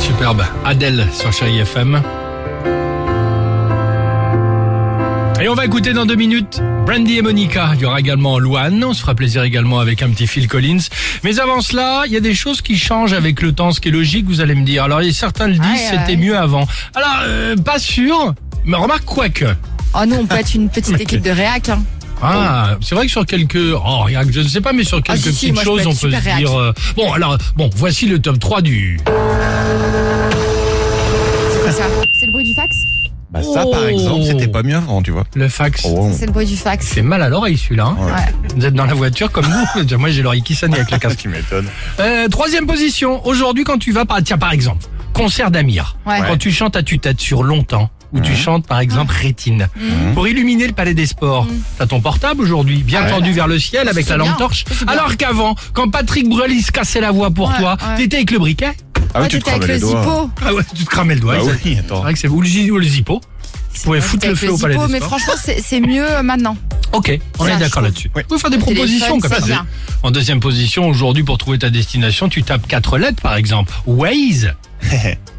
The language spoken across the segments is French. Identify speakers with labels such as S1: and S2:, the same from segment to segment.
S1: superbe. Adèle sur Chérie FM. Et on va écouter dans deux minutes Brandy et Monica. Il y aura également Luan. On se fera plaisir également avec un petit Phil Collins. Mais avant cela, il y a des choses qui changent avec le temps, ce qui est logique, vous allez me dire. Alors, certains le disent,
S2: Aïe,
S1: c'était
S2: aïe.
S1: mieux avant. Alors, euh, pas sûr, mais remarque quoique.
S2: Oh non, on peut être une petite équipe de réac. hein.
S1: Ah, c'est vrai que sur quelques, oh, rien que je ne sais pas, mais sur quelques
S2: Ah, si, si,
S1: petites
S2: moi, je peux
S1: choses,
S2: être
S1: on peut
S2: super
S1: se dire. euh, Bon, alors, bon, voici le top 3 du.
S2: C'est quoi ça C'est le bruit du fax
S3: Bah ça
S1: Oh.
S3: par exemple, c'était pas mieux avant, tu vois.
S1: Le fax.
S3: Oh.
S2: C'est le bruit du fax.
S1: C'est mal à l'oreille celui-là. hein.
S3: Ouais.
S1: Vous êtes dans la voiture comme nous. Moi, j'ai l'oreille qui sonne avec le casque.
S3: Tu m'étonnes.
S1: Euh, troisième position. Aujourd'hui, quand tu vas par, tiens, par exemple, concert d'Amir.
S2: Ouais. Mhm.
S1: Quand tu chantes à tue-tête sur longtemps, ou
S3: Mhm.
S1: tu chantes, par exemple, Rétine. Pour illuminer le palais des sports, t'as ton portable aujourd'hui, bien
S3: Ah ouais.
S1: tendu vers le ciel avec
S2: c'est
S1: la
S2: bien.
S1: lampe torche.
S2: Ça, c'est bien.
S1: Alors qu'avant, quand Patrick Bruel, il se cassait la voix pour
S2: Ouais,
S1: toi,
S2: ouais.
S1: t'étais avec le briquet.
S3: Ah
S2: Moi,
S3: oui, tu te
S2: t'étais avec
S3: cramais
S2: le
S3: les doigts.
S2: zippo.
S1: Ah ouais, tu te cramais le doigt.
S3: Bah
S1: exact.
S3: oui,
S1: C'est
S3: attends.
S1: vrai que c'est ou le, zi- ou le zippo. Tu pouvais
S2: Moi,
S1: foutre
S2: j'étais
S1: le
S2: avec
S1: feu au palais
S2: zippo,
S1: des
S2: Mais
S1: sports.
S2: franchement, c'est c'est mieux euh, maintenant.
S1: Ok, on
S2: Ça,
S1: est
S2: je
S1: d'accord
S2: trouve.
S1: là-dessus.
S3: Oui.
S1: On peut faire des
S2: Le
S1: propositions
S2: téléphone,
S1: comme
S2: c'est
S1: ça.
S2: bien.
S1: En deuxième position, aujourd'hui, pour trouver ta destination, tu tapes quatre lettres, par exemple. Waze.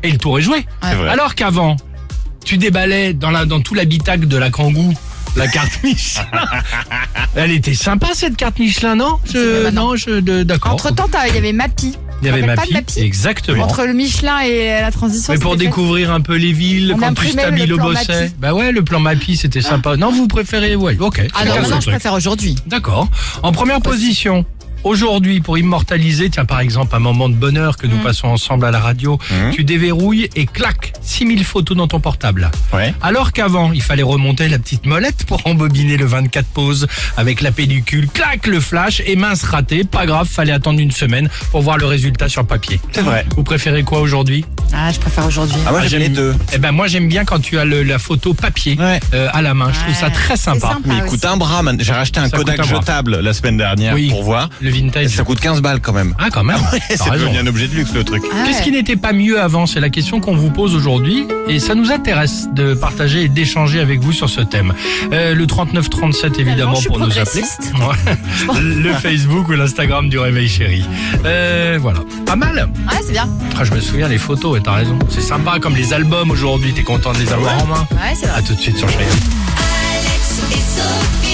S1: et le tour est joué.
S3: C'est vrai.
S1: Alors qu'avant, tu déballais dans, la, dans tout l'habitacle de la Kangoo la carte Michelin. Elle était sympa, cette carte Michelin, non
S2: mieux
S1: je,
S2: maintenant.
S1: Non, je, de- d'accord.
S2: Entre temps, il y avait Mappy.
S1: Il y avait
S2: T'en
S1: ma
S2: rappelles
S1: fille.
S2: pas de Mappy
S1: Exactement.
S2: Entre le Michelin et la transition.
S1: Mais pour
S2: c'était fait.
S1: découvrir un peu les villes,
S2: On
S1: quand tu
S2: imprimait le
S1: stabilo
S2: plan
S1: bossais.
S2: Mappy.
S1: Bah ouais, le plan Mappy, c'était sympa. Non, vous préférez, ouais, ok.
S2: Ah
S1: c'est
S2: non,
S1: un
S2: maintenant,
S1: autre
S2: je
S1: truc.
S2: préfère aujourd'hui.
S1: D'accord. En première position, aujourd'hui, pour immortaliser, tiens, par exemple, un moment de bonheur que nous passons ensemble à la radio,
S3: Mhm.
S1: tu déverrouilles et clac, 6000 photos dans ton portable.
S3: Ouais.
S1: Alors qu'avant, il fallait remonter la petite molette pour embobiner le 24 poses avec la pellicule, clac, le flash, et mince raté, pas grave, fallait attendre une semaine pour voir le résultat sur papier.
S3: C'est vrai.
S1: Vous préférez quoi aujourd'hui
S2: Ah, je préfère aujourd'hui.
S3: Ah moi
S1: Ah,
S3: j'aime les
S1: j'aime-
S3: deux.
S1: Eh ben moi j'aime bien quand tu as le- la photo papier
S3: Ouais.
S1: euh, à la main. Je trouve
S2: Ouais.
S1: ça très
S2: C'est
S1: sympa.
S2: sympa
S3: Mais il
S2: aussi.
S3: coûte un bras. man. J'ai racheté un
S1: Ah Ça coûte
S3: Kodak
S1: un bras.
S3: jetable la semaine dernière
S1: Oui.
S3: pour voir.
S1: Le
S3: Et
S1: vintage.
S3: ça coûte 15 balles quand même.
S1: Ah quand même. T'as
S3: C'est
S1: raison.
S3: devenu un objet de luxe le truc.
S2: Ah
S1: Qu'est-ce
S2: ouais.
S1: qui n'était pas mieux avant C'est la question qu'on vous pose aujourd'hui et ça nous intéresse de partager et d'échanger avec vous sur ce thème. Euh, le 3937 évidemment
S2: Tellement, je suis
S1: pour nous appeler.
S2: progressiste.
S1: Ouais. le Facebook ou l'Instagram du Réveil Chéri. Euh, voilà. Pas mal.
S2: Ouais, c'est bien.
S1: Ah, je me souviens les photos et t'as raison. C'est sympa comme les albums aujourd'hui. T'es content de les avoir en main.
S2: Ouais, c'est vrai.
S1: À tout de suite sur Chéri.
S4: Alex et Sophie.